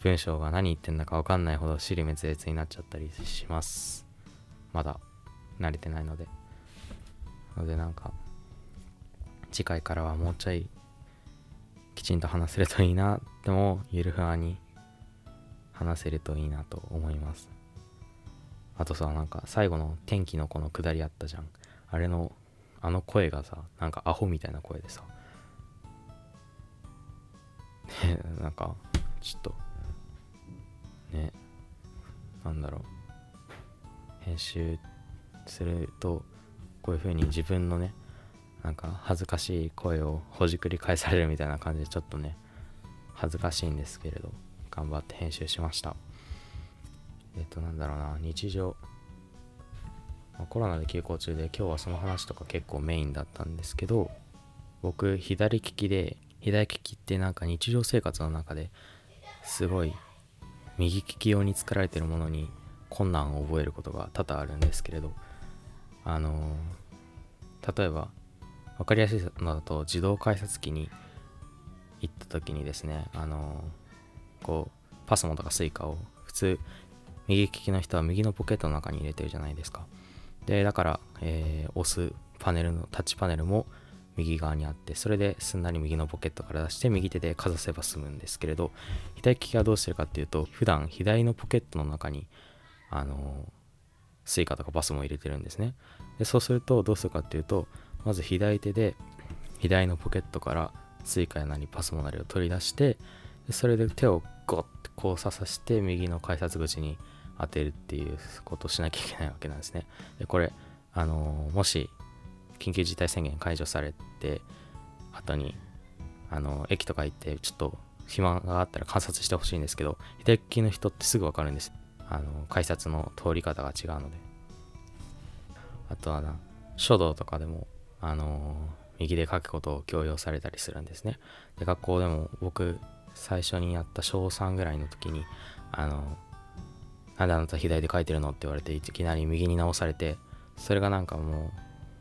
文章が何言ってんだか分かんないほど尻滅裂になっちゃったりしますまだ慣れてないのでのでなんか次回からはもうちょいきちんと話せるといいなでもゆるふわに話せるといいなと思いますあとさなんか最後の天気のこの下りあったじゃんあれのあの声がさなんかアホみたいな声でさね <laughs> なんかちょっとねなんだろう編集するとこういう風に自分のねなんか恥ずかしい声をほじくり返されるみたいな感じでちょっとね恥ずかしいんですけれど頑張って編集しましたえっ、となんだろうな日常まあコロナで休校中で今日はその話とか結構メインだったんですけど僕左利きで左利きってなんか日常生活の中ですごい右利き用に作られてるものに困難を覚えることが多々あるんですけれどあのー例えば分かりやすいのだと自動改札機に行った時にですねあのーこうパスモとかスイカを普通右利きの人は右のポケットの中に入れてるじゃないですかでだから、えー押すパネルのタッチパネルも右側にあってそれですんなり右のポケットから出して右手でかざせば済むんですけれど左利きがどうしてるかっていうと普段左のポケットの中にあのースイカとかバスも入れてるんですねでそうするとどうするかっていうとまず左手で左のポケットからスイカやなりパスモなりを取り出してでそれで手をゴッて交差させて右の改札口に当てるっていうことをしなきゃいけないわけなんですねでこれあのーもし緊急事態宣言解除されて後にあのー駅とか行ってちょっと暇があったら観察してほしいんですけど左利きの人ってすぐ分かるんですあのー改札の通り方が違うのであとはな書道とかでもあのー右で書くことを強要されたりするんですねで学校でも僕最初にやった小3ぐらいの時にあのーなんであなた左で書いてるのって言われていきなり右に直されてそれがなんかも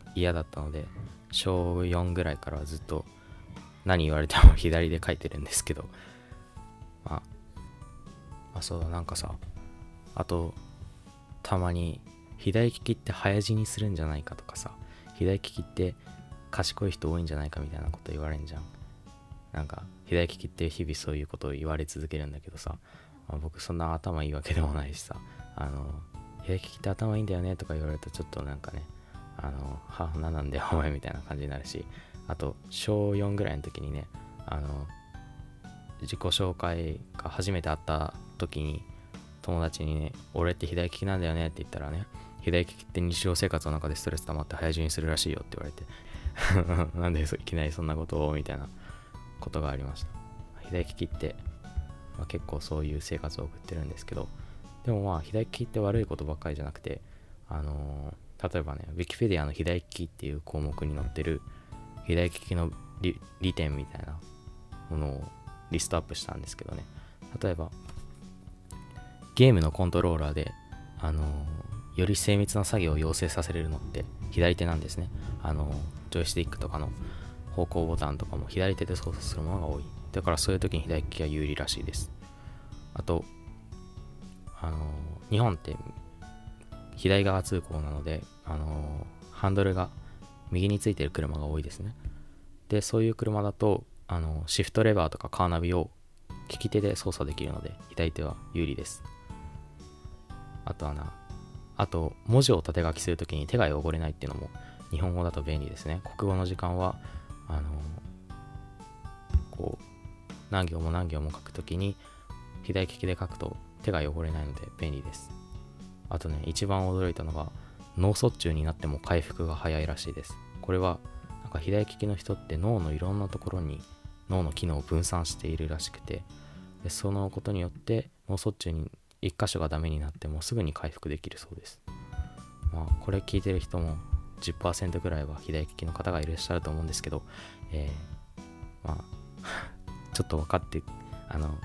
う嫌だったので小4ぐらいからはずっと何言われても <laughs> 左で書いてるんですけどまああそうだなんかさあとたまに左利きって早死にするんじゃないかとかさ左利きって賢い人多いんじゃないかみたいなこと言われんじゃんなんか左利きって日々そういうことを言われ続けるんだけどさまあ、僕そんな頭いいわけでもないしさあの「平気って頭いいんだよね」とか言われるとちょっとなんかね「あのは何なんだよお前」みたいな感じになるしあと小4ぐらいの時にねあの自己紹介が初めて会った時に友達にね「俺って左利きなんだよね」って言ったらね「左利きって日常生活の中でストレス溜まって早死にするらしいよ」って言われて <laughs> なんでそいきなりそんなことをみたいなことがありました左利きってまあ、結構そういう生活を送ってるんですけどでもまあ左利きって悪いことばっかりじゃなくてあのー例えばね Wikipedia の左利きっていう項目に載ってる左利きの利利点みたいなものをリストアップしたんですけどね例えばゲームのコントローラーであのーより精密な作業を要請させれるのって左手なんですねあのージョイスティックとかの方向ボタンとかも左手で操作するものが多いだからそういう時に左利きが有利らしいですあとあの日本って左側通行なのであのハンドルが右についてる車が多いですねでそういう車だとあのシフトレバーとかカーナビを利き手で操作できるので左手は有利ですあとはなあと文字を縦書きするときに手が汚れないっていうのも日本語だと便利ですね国語の時間はあのこう何行も何行も書くときに左利きで書くと手が汚れないので便利ですあとね一番驚いたのが脳卒中になっても回復が早いらしいですこれはなんか左利きの人って脳のいろんなところに脳の機能を分散しているらしくてでそのことによって脳卒中に一箇所がダメになってもすぐに回復できるそうですまあこれ聞いてる人も10%ぐらいは左利きの方がいらっしゃると思うんですけど、えーまあ <laughs> ちょっと分かってあの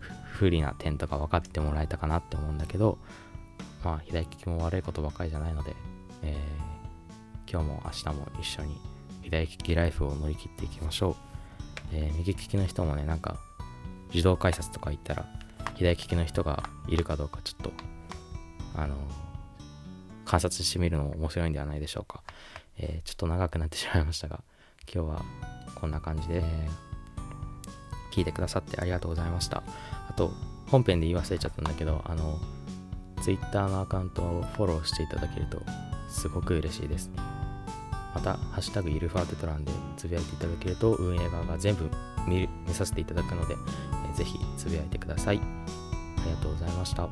ふ不利な点とか分かってもらえたかなって思うんだけどまあ左利きも悪いことばかりじゃないので、えー今日も明日も一緒に左利きライフを乗り切っていきましょう、えー右利きの人もねなんか自動改札とか行ったら左利きの人がいるかどうかちょっとあの観察してみるのも面白いんではないでしょうか、えーちょっと長くなってしまいましたが今日はこんな感じで、えー聞いてくださってありがとうございましたあと本編で言い忘れちゃったんだけどあの Twitter のアカウントをフォローしていただけるとすごく嬉しいですまた「ハッシュタグイルファーテトラン」でつぶやいていただけると運営側が全部見る見させていただくので、えーぜひつぶやいてくださいありがとうございました